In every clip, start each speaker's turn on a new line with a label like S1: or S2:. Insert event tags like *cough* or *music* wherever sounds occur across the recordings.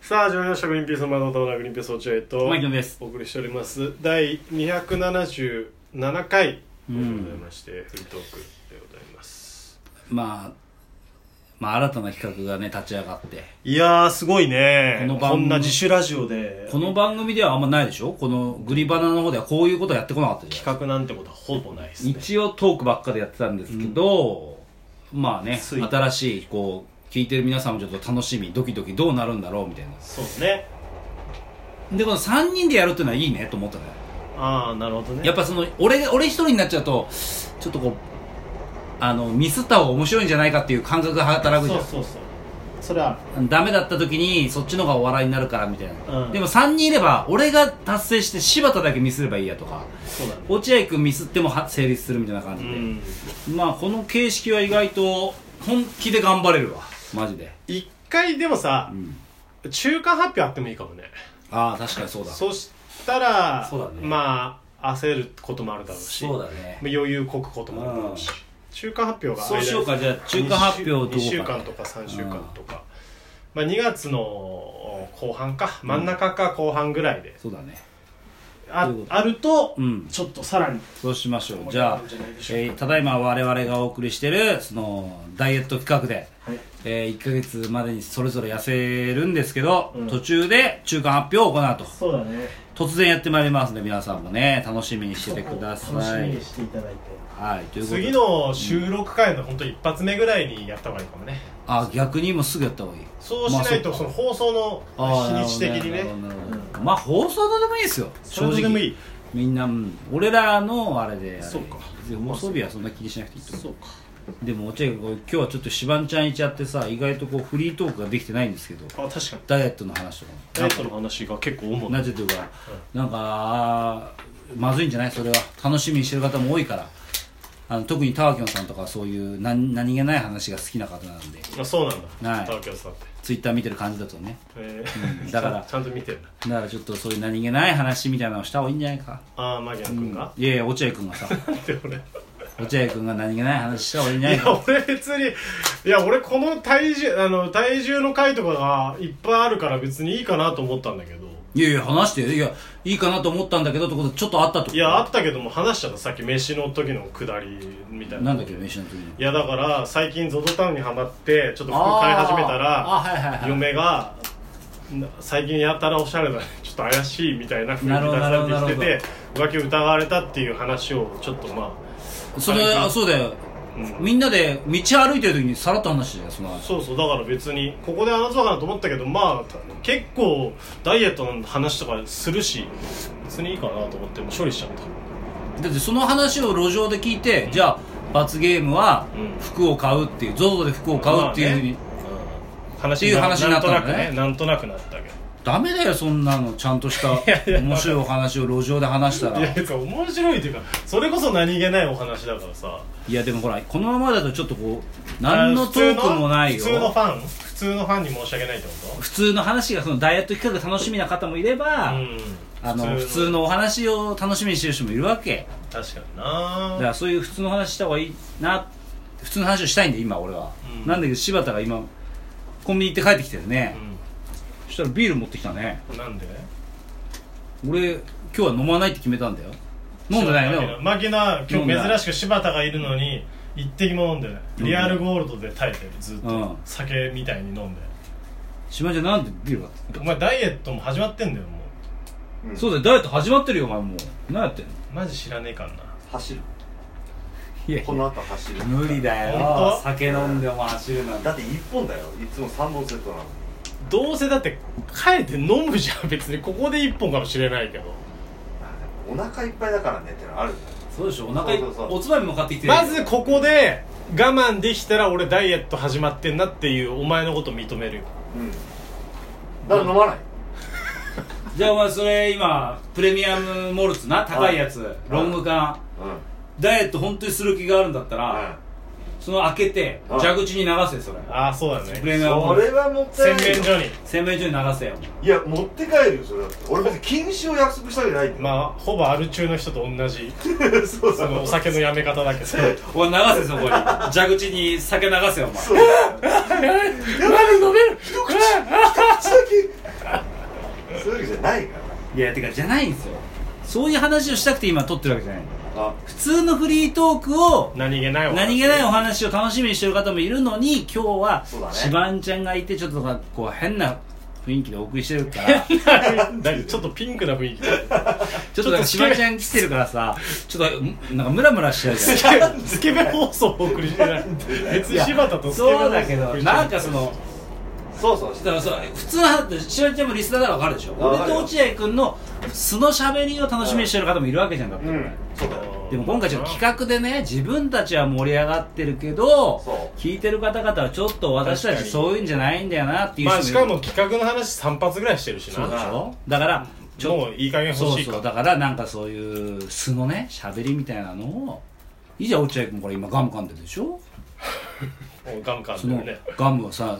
S1: さあ始まりました「グリーンピースの窓のラグリーンピース落合」と
S2: マイケンです
S1: お送りしております第277回でございまして、フリートークでございます
S2: まあ、まあ新たな企画がね立ち上がって
S1: いやーすごいねこ
S2: この番組
S1: んな自主ラジオで
S2: この番組ではあんまないでしょこのグリバナの方ではこういうことやってこなかったじゃない
S1: 企画なんてことはほぼないですね
S2: 一応トークばっかでやってたんですけど、まあね
S1: ついに
S2: 新しいこう聞いてる皆さんもちょっと楽しみドキドキどうなるんだろうみたいな
S1: そうですね
S2: でこの3人でやるっていうのはいいねと思ったね
S1: ああなるほどね
S2: やっぱその俺俺一人になっちゃうとちょっとこうあのミスった方が面白いんじゃないかっていう感覚が働くじゃん
S1: そうそうそうそれは
S2: ダメだった時にそっちの方がお笑いになるからみたいな、
S1: うん
S2: でも3人いれば俺が達成して柴田だけミスればいいやとか
S1: そうだね
S2: 落合君ミスってもは成立するみたいな感
S1: う
S2: じで、
S1: ん
S2: まあこの形式は意外と本気で頑張れるわマジで、
S1: 一回でもさ
S2: う、ん、
S1: 中間発表あってもいいかもね
S2: ああ確かにそうだ
S1: そしたら
S2: そうだね
S1: まあ焦ることもあるだろうし
S2: そうだね
S1: 余裕こくこともあるだろうし
S2: うん
S1: 中間発表が
S2: そうしようかじゃあ中間発
S1: 2
S2: 表ど
S1: 週
S2: う
S1: 間
S2: か
S1: とか3週間とか、まあ、2月の後半か真ん中か後半ぐらいで、
S2: そうだね
S1: あ
S2: どういうこと
S1: あると、
S2: うん
S1: ちょっとさらに
S2: そうしましょうじゃ
S1: 盛り上が
S2: あ
S1: るんじゃないでしょうか
S2: えーただいま我々がお送りしてるそのダイエット企画で、
S1: はい
S2: え1ヶ月までにそれぞれ痩せるんですけど、
S1: うん
S2: 途中で中間発表を行うと
S1: そうだね
S2: 突然やってまいりますので皆さんもね楽しみにしててくだ
S3: 楽し
S2: さ
S3: み
S2: い
S3: にしていただいて
S2: はいということで
S1: 次の収録回の本当一発目ぐらいにやった方がいいかもね
S2: あ逆にもうすぐやった方がいい
S1: そうしないと、
S2: まあ
S1: そ
S2: そ
S1: の放送
S2: あー
S1: の日にち的に
S2: な
S1: ね
S2: るほどなるほどなるほどまあ放送どうでもいいですよ
S1: それでもいい
S2: みんな、うん俺らのあれであれ
S1: そうか
S2: で放送日はそんな気にしなくていいと思う
S1: そうか
S2: でも落合君こう今日はちょっとシバンちゃんいちゃってさ意外とこうフリートークができてないんですけど
S1: あ確かに
S2: ダイエットの話とかも
S1: ダイエットの話が結構主な
S2: なぜというか、なんかあーまずいんじゃないそれは楽しみにしてる方も多いからあの特にタワキョンさんとかはそういう何何気ない話が好きな方なんで
S1: あそうなんだ、
S2: はい
S1: 東京さんって、
S2: ツイッター見てる感じだとね
S1: え
S2: うん
S1: ー、
S2: だから
S1: ちゃんと見てるな
S2: だからちょっとそういう何気ない話みたいなのをした方がいいんじゃないか、
S1: ああマギャン君が、
S2: いやいや落合君が
S1: *laughs*
S2: さ
S1: って俺
S2: 落合君が何気ない話した方がいいんじゃ
S1: い
S2: ないか
S1: や俺別にいや俺この体重あの体重の回とかがいっぱいあるから別にいいかなと思ったんだけど
S2: いやいや話してよいやいいかなと思ったんだけどってことちょっとあったってこと
S1: い
S2: い
S1: やあったけども話しちゃったさっき飯の時のくだりみたいな
S2: なんだっけ飯の時に
S1: いやだから最近 ZOZO タウンにハマってちょっと服買い始めた
S2: あ
S1: ら
S2: ーあはいはいはい
S1: 嫁がな最近やたらおしゃれだねちょっと怪しいみたいな雰
S2: なる
S1: 囲気
S2: ほど
S1: 出されてき
S2: な
S1: て
S2: る
S1: て浮気を疑われたっていう話をちょっとま
S2: それ
S1: あ
S2: あそうだよ、
S1: うん
S2: みんなで道歩いてる時にさらっと話してたよその
S1: あそうそうだから別にここで話そうかなと思ったけどまあ結構ダイエットの話とかするし別にいいかなと思ってもう処理しちゃった
S2: だってその話を路上で聞いて、じゃあ罰ゲームは
S1: うん
S2: 服を買うっていう ZOZO で服を買うっていうふうに、
S1: まあねうん話
S2: っていう話になったのね
S1: んとなくねなんとなくなったけど
S2: ダメだよそんなのちゃんとした面 *laughs* 白いお話を路上で話したら
S1: いやなんか面白いっていうかそれこそ何気ないお話だからさ
S2: いやでもほらこのままだとちょっとこう何の
S1: あ
S2: トークもないよ
S1: 普通の普通のファン普通のファンに申し訳ないってこ
S2: 普通の話がそのダイエット企画楽しみな方もいれば、
S1: とうん
S2: あの普通のお話を楽しみにしてる人もいるわけ
S1: 確かに
S2: だ
S1: な
S2: からそういう普通の話した方がいいな普通の話をしたいんで今俺は、
S1: うん
S2: なんだけど柴田が今コンビニ行って帰ってきてるね、
S1: う
S2: そしたらビール持ってきたね
S1: んなんで
S2: 俺今日は飲まないって決めたんだよ飲んでないよね
S1: マキナ今
S2: 飲んで
S1: 日
S2: な
S1: 珍
S2: い
S1: しく柴田がいるのに一滴も飲んでないリアルゴールドで耐えてるずっと、
S2: うん
S1: 酒みたいに飲んで
S2: 島ちゃんなんでビール買って
S1: お前ダイエットも始まってんだよもう
S2: そうだよダイエット始まってるよお前もう何やってんの
S1: マジ知らねえからな
S3: 走る
S2: いや
S3: この後走る
S2: 無理だ
S1: 本
S2: よ
S1: 当
S2: 酒飲んでお前走るなんて
S3: だって1本だよいつも3本セットなのに
S1: どうせだって帰って飲むじゃん別にここで一本かもしれないけど
S3: お腹いっぱいだからねってのあるんだよ
S2: そうでしょお腹い
S3: そうそうそう
S2: おつまみも買ってきてる
S1: まずここで我慢できたら俺ダイエット始まってんなっていうお前のこと認めるよ
S3: うんだから飲まない
S2: じゃあお前それ今プレミアムモルツな高いやつロング缶
S3: う
S2: ダイエット本当にする気があるんだった
S3: ん
S2: らその開けて
S3: うん
S2: 蛇口に流せそれ
S1: ああそうだ
S2: プ
S1: ね
S2: レミアムモ
S3: そ
S2: ル
S3: れ
S2: ツ
S3: はもったい
S1: 洗
S3: ない
S1: 面所に
S2: 洗面所に流せよ
S3: いや持って帰るよそれだって俺別に禁止を約束したわけじゃないんだよ
S1: まあほぼアル中の人と同じ
S3: *laughs* そうそ
S1: そのお
S3: う
S1: 酒のやめ方だけど
S2: お前流せそ *laughs* こに蛇口に酒流せよお前
S3: そうやばい飲める一口一口だ
S2: じゃないんですよそういう話をしたくて今撮ってるわけじゃない
S3: あ
S2: 普通のフリートークを
S1: 何気ないお話
S2: 何気ないお話を楽しみにしてる方もいるのに今日は
S3: そうだね
S2: シバンちゃんがいてちょっとなんかこう変な雰囲気でお送りしてる
S3: *laughs*
S2: から
S1: *laughs* 何ちょっとピンクな雰囲気
S2: ちょっとなんかシバンちゃん来てるからさちょっとなんかムラムラしちゃうじゃん
S1: スケベ放送をお送りしてない別に柴田とスケベ放送
S2: そう
S1: を
S2: だけど
S1: お送りしてい
S2: なんかその
S3: そうそう
S2: だからさ普通はしおりちゃんもリスナーならわかるでしょ
S3: わ
S2: 俺
S3: かるよ
S2: と落合君の素のしゃべりを楽しみにしてる方もいるわけじゃんだって、
S3: うんそうだよ
S2: でも今回ちょっと企画でね自分たちは盛り上がってるけど
S3: そう
S2: 聞いてる方々はちょっと私た
S1: 確
S2: ち
S1: かに
S2: そういうんじゃないんだよなっていう
S1: まあしか
S2: 人い
S1: も
S2: る
S1: 企画の話3発ぐらいしてるし
S2: そうで
S1: な
S2: しょだからちょ
S1: もういい加減欲
S2: そう
S1: しい
S2: そう
S1: か
S2: だからなんかそういう素のねしゃべりみたいなのをいいじゃん落合君これ今ガム噛んでるでしょ
S1: もうガムカ
S2: そ
S1: ンだ
S2: の
S1: よね
S2: ガムをさ、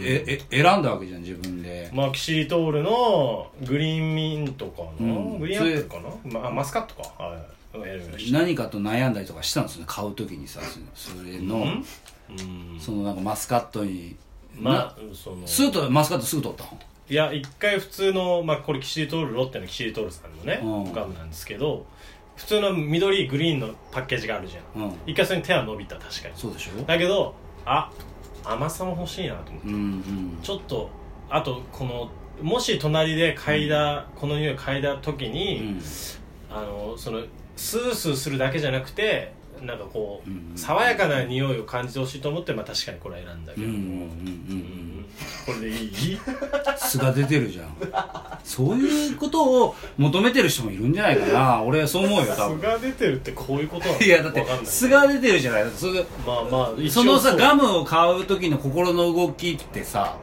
S2: ええ選んだわけじゃん自分で
S1: まあキシリトールのグリーンミントかな、
S2: うん
S1: グリーンアップルかな、まあ、マスカットかはい選びました
S2: 何かと悩んだりとかしたんですよね買う時にさそれの、
S1: んうん
S2: そのなんかマスカットに
S1: まあその
S2: スーとマスカットすぐ取ったの
S1: いや一回普通の、まあ、これキシリトールロッテのキシリトールさんのね、
S2: うん
S1: ガムなんですけど普通の緑グリーンのパッケージがあるじゃん、
S2: うん
S1: 一回それに手は伸びた確かに
S2: そうでしょ
S1: だけどあ甘さも欲しいなと思って、
S2: うんうん
S1: ちょっとあとこのもし隣で嗅いだ、この匂い嗅いだ時
S2: う
S1: に、
S2: ん
S1: あのそのスースーするだけじゃなくてなんかこう、
S2: うん
S1: 爽やかな匂いを感じてほしいと思って、まあ、確かにこれは選んだけ
S2: うんう
S1: ど、
S2: んうんう
S1: うんんこれでいい
S2: 素が出てるじゃんそういうことを求めてる人もいるんじゃないかな俺はそう思うよ多
S1: 素
S2: 分
S1: が出てるってこういうことなの
S2: いやだ
S1: わ
S2: っ
S1: かんな
S2: て
S1: い
S2: 素が出てるじゃないそれ
S1: まあまあ一応
S2: そのさ
S1: う
S2: ガムを買う時の心の動きってさ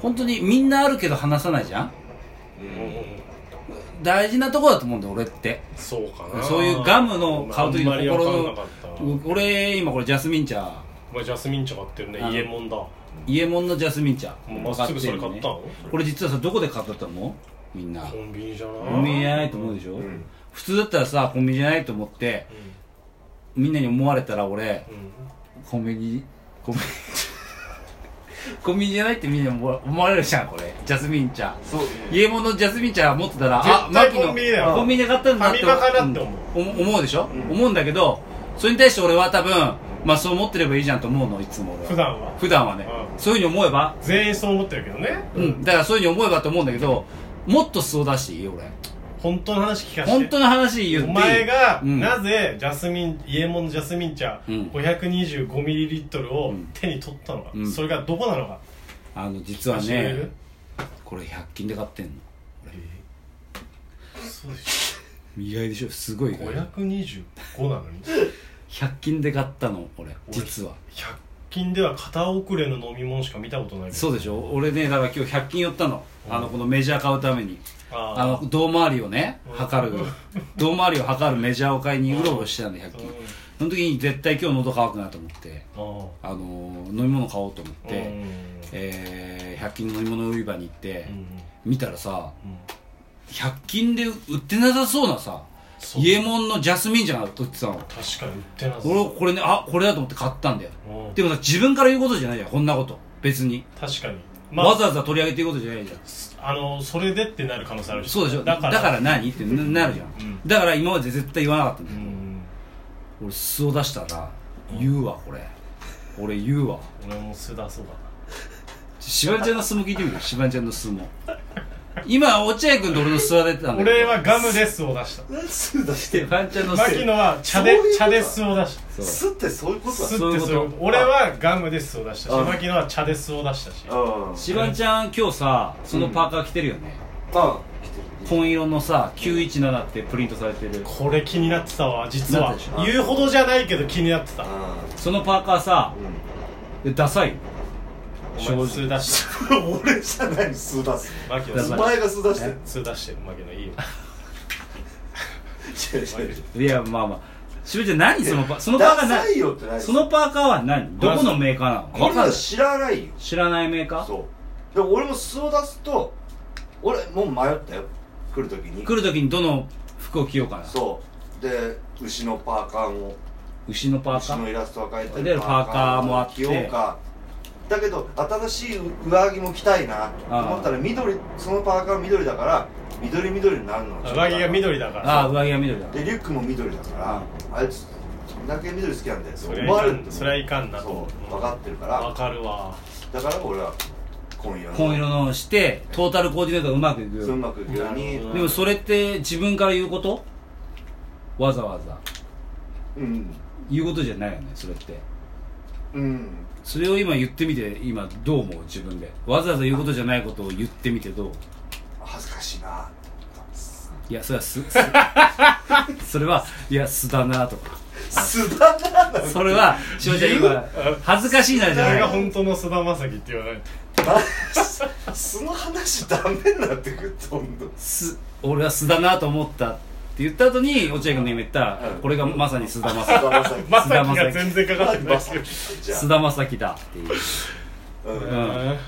S1: う
S2: 本当にみんなあるけど話さないじゃん
S1: んうん
S2: 大事なとこだと思うんだよ俺って
S1: そうかな
S2: そういうガムの買う時の
S1: あんまり分
S2: 心
S1: かんな
S2: の
S1: かった
S2: う俺今これジャスミン茶
S1: お前ジャスミン茶買ってるね
S2: あの
S1: イエモンだも
S2: イエモンのジャスミン茶
S1: うまっすぐそれ買ったの
S2: これ実はさどこで買ったと思うみんな
S1: コンビニじゃない
S2: コンビニじゃないと思うでしょ、
S3: うん
S2: 普通だったらさコンビニじゃないと思ってみんなに思われたら俺
S1: うんうん
S2: コンビニコンビニ *laughs* コンビニじゃないってみんな思わ思われるじゃんこれジャスミン茶
S3: そう
S2: 家物ジャスミン茶持ってたら
S1: 絶対コンビニだよ
S2: あコンビニで買ったんだ
S1: ファミマかなって思
S2: う、ん思思うでしょ、思うんだけどそれに対して俺は多分まあそう思ってればいいじゃんと思うのいつも俺は
S1: 普段は
S2: 普段はね、
S1: うん
S2: そういうふうに思えば
S1: 全員そう思ってるけどね
S2: うん、だからそういうふうに思えばと思うんだけどもっと素を出していいよ俺
S1: 本当の話聞かせて
S2: 本当の話言ってい
S1: お
S2: い
S1: 前が
S2: うん
S1: なぜジャスミンイエモンジャスミン茶
S2: うん
S1: 525ml を手に取ったのか
S2: うん
S1: それがどこなのか
S2: あの実は
S1: 教え
S2: ね
S1: る
S2: これ100均で買ってんの
S1: そうでし
S2: 意外でしょすごい
S1: ょ
S2: 意外
S1: 525なのに
S2: 100均で買ったの俺実は
S1: 100均では片遅れの飲み物しか見たことないけど
S2: そうでしょ俺ねだから今日100均寄ったの
S1: うん
S2: あのこのメジャー買うために
S1: あー
S2: あの胴回りをね
S1: うん
S2: 測る胴回りを測るメジャーを買いにうろうろしてたんで100均その時に絶対今日喉乾くなと思って
S1: うん
S2: あのー飲み物買おうと思っ
S1: あー
S2: て、えー100均の飲み物売り場に行って、見たらさ
S1: うんうん
S2: 100均で売ってなさそうなさ
S1: そう
S2: 伊右衛門のジャスミン茶が売ってたの
S1: 確かに売ってなさそう
S2: 俺これねあこれだと思って買ったんだよ
S1: うん
S2: でもさ自分から言うことじゃないじゃんこんなこと別に、
S1: 確かにま
S2: わ
S1: あ
S2: ざわざ取り上げて言うことじゃないじゃん
S1: あのそれでってなる可能性あるし
S2: そうでしょ
S1: だ
S2: だ
S1: か
S2: からら何ってななるじゃん、
S1: うん
S2: だから今まで絶対言わなかったんだ
S1: う
S2: よ、
S1: ん
S2: 俺素を出したら言うわこれ俺言うわ
S1: 俺も素だそうだな
S2: しばんちゃんの素も聞いてみるしばんちゃんの素も今落合君と俺の素は出てたんだけど
S1: 俺はガムで巣を出した
S3: 酢出して
S2: しばんちゃんの素
S1: 牧野は茶で
S3: そういうこと
S1: 茶で巣を出した
S2: そう
S3: 酢ってそういうこと
S1: 巣
S3: だ
S1: って
S2: そ
S1: そう
S2: う
S1: い
S2: いううこと
S1: こと俺はガムで巣を出した
S3: う
S1: し
S3: ん
S1: 牧野は茶で巣を出したし
S3: うん
S2: しばんちゃん今日さそのパーカー着てるよね、
S3: あ
S2: 紺色のさ917ってプリントされてる
S1: これ気になってたわ実
S2: な
S1: は
S2: って
S3: たでしょ
S1: 言うほどじゃないけど気になってた
S3: あ
S2: そのパーカーさ
S3: うん
S2: ダサい
S1: お前巣出し
S3: 俺じゃない酢出す
S1: た牧野
S2: だ
S1: 巣
S2: か
S3: お
S1: 出
S2: ら
S1: し
S3: 前が酢出して
S1: た巣出してる牧野いいよ
S3: る違う違う違う
S2: いやまあまあ渋谷ちゃん何そのパそのパー
S3: ダ
S2: カー
S3: サい
S2: 何
S3: よってない
S2: そのパーカーは何どこのメーカーなの
S3: こ
S2: わ
S3: れ
S2: か
S3: は
S2: る
S3: 知らないよ
S2: 知らないメーカー
S3: そうでも俺も酢を出すと俺もう迷ったよ来る時に
S2: 来る時にどの服を着ようかな
S3: そうで牛のパーカーも
S2: 牛のパーカ
S3: 牛の
S2: ー
S3: イラストが書いてあ
S2: で
S3: る
S2: パーカーもあって
S3: 着ようかだけど新しい上着も着たいなと思ったら緑そのパーカーは緑だから緑緑になるのはちょっと
S1: 上着が緑だから
S2: ああ上着が緑だ
S3: でリュックも緑だから、あいつそんだけ緑好きなんだよって
S1: それ
S3: 思われ
S1: は
S3: る
S1: い
S3: ん
S1: か
S3: だ
S1: ん
S3: よ
S1: それはいかんな
S3: そ
S1: と
S3: う分かってるから
S1: わかるわ
S3: だから俺は紺色の
S2: 紺色のをしてトータルコーディネートがうまくいく
S3: そうう
S2: よ
S3: まくいくよう
S1: な
S3: に
S1: るほど
S2: でもそれって自分から言うことわざわざ
S3: うん
S2: 言うことじゃないよねそれって
S3: うん
S2: それを今言ってみて今どう思う自分でわざわざ言うことじゃないことを言ってみてどう
S3: 恥ずかしいなって思ったんです
S2: いやそれはす *laughs* それはいや素だなとか
S3: 素だなだ
S2: それはしまちゃん今恥ずかしいなじゃ
S1: そ
S2: な
S1: れ
S2: い
S1: が本当の菅田将暉って言わない
S3: な素の話ダメになってくるどんどん
S2: す俺は素だなと思ったって言った後に落合君の今言った、
S3: うん
S2: これがまさに須田ま
S3: 菅
S2: さ
S3: 田将暉
S1: まさきが全然かかってない
S3: まさきじゃ
S2: 須田まさきだっていう
S3: あうん
S2: ん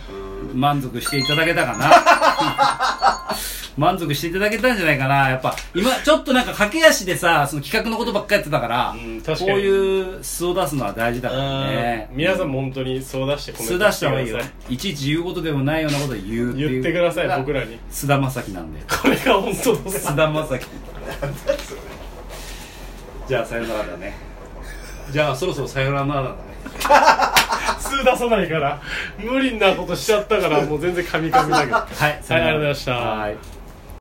S3: うん
S2: 満足していただけたかな *laughs* 満足していただけたんじゃないかなやっぱ今ちょっとなんか駆け足でさその企画のことばっかりやってたから、
S1: うん
S2: こう
S1: 確かに
S2: いう素を出すのは大事だからね
S1: うん皆さんも本当にそう出してコメン
S2: 素
S1: ト
S2: 出し
S1: して
S2: た
S1: く
S2: 方
S1: だ
S2: が
S1: さい
S2: いいよいちいち言うことでもないようなことを言うっていう
S1: 言ってください僕らに
S2: 須田まさきなんで
S1: これが本当の
S2: 須
S1: 菅
S2: 田まさき
S3: それ
S2: じゃあさよならだねじゃあそろそろさよならだね
S1: 数出さないから無理なことしちゃったからもう全然カミカミだけど
S2: はい
S1: はいありがとうございました
S2: はい